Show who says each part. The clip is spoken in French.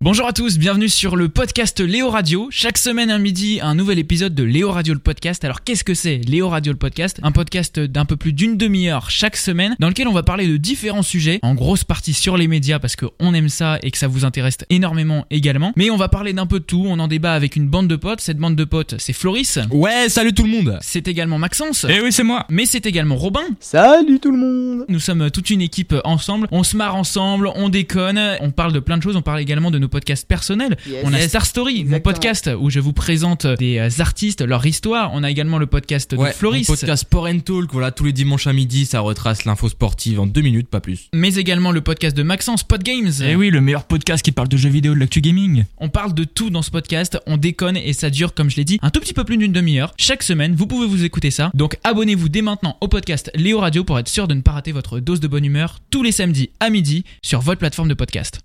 Speaker 1: Bonjour à tous, bienvenue sur le podcast Léo Radio. Chaque semaine à midi, un nouvel épisode de Léo Radio le podcast. Alors qu'est-ce que c'est Léo Radio le podcast Un podcast d'un peu plus d'une demi-heure chaque semaine dans lequel on va parler de différents sujets, en grosse partie sur les médias parce qu'on aime ça et que ça vous intéresse énormément également. Mais on va parler d'un peu de tout, on en débat avec une bande de potes. Cette bande de potes, c'est Floris,
Speaker 2: Ouais, salut tout le monde
Speaker 1: c'est également Maxence,
Speaker 2: Eh oui, c'est moi
Speaker 1: mais c'est également Robin.
Speaker 3: Salut tout le monde
Speaker 1: Nous sommes toute une équipe ensemble, on se marre ensemble, on déconne, on parle de plein de choses, on parle également de nos podcasts personnels. On a Star Story, mon
Speaker 3: Exactement.
Speaker 1: podcast où je vous présente des euh, artistes, leur histoire. On a également le podcast de
Speaker 2: ouais,
Speaker 1: Floris,
Speaker 2: mon podcast Sport and Talk, voilà, tous les dimanches à midi, ça retrace l'info sportive en deux minutes, pas plus.
Speaker 1: mais également le podcast de Maxence, Podgames.
Speaker 4: Eh oui, le meilleur podcast qui parle de jeux vidéo de l'actu gaming.
Speaker 1: On parle de tout dans ce podcast, on déconne et ça dure, comme je l'ai dit, un tout petit peu plus d'une demi-heure. Chaque semaine, vous pouvez vous écouter ça. Donc abonnez-vous dès maintenant au podcast Léo Radio pour être sûr de ne pas rater votre dose de bonne humeur tous les samedis à midi sur votre plateforme de podcast.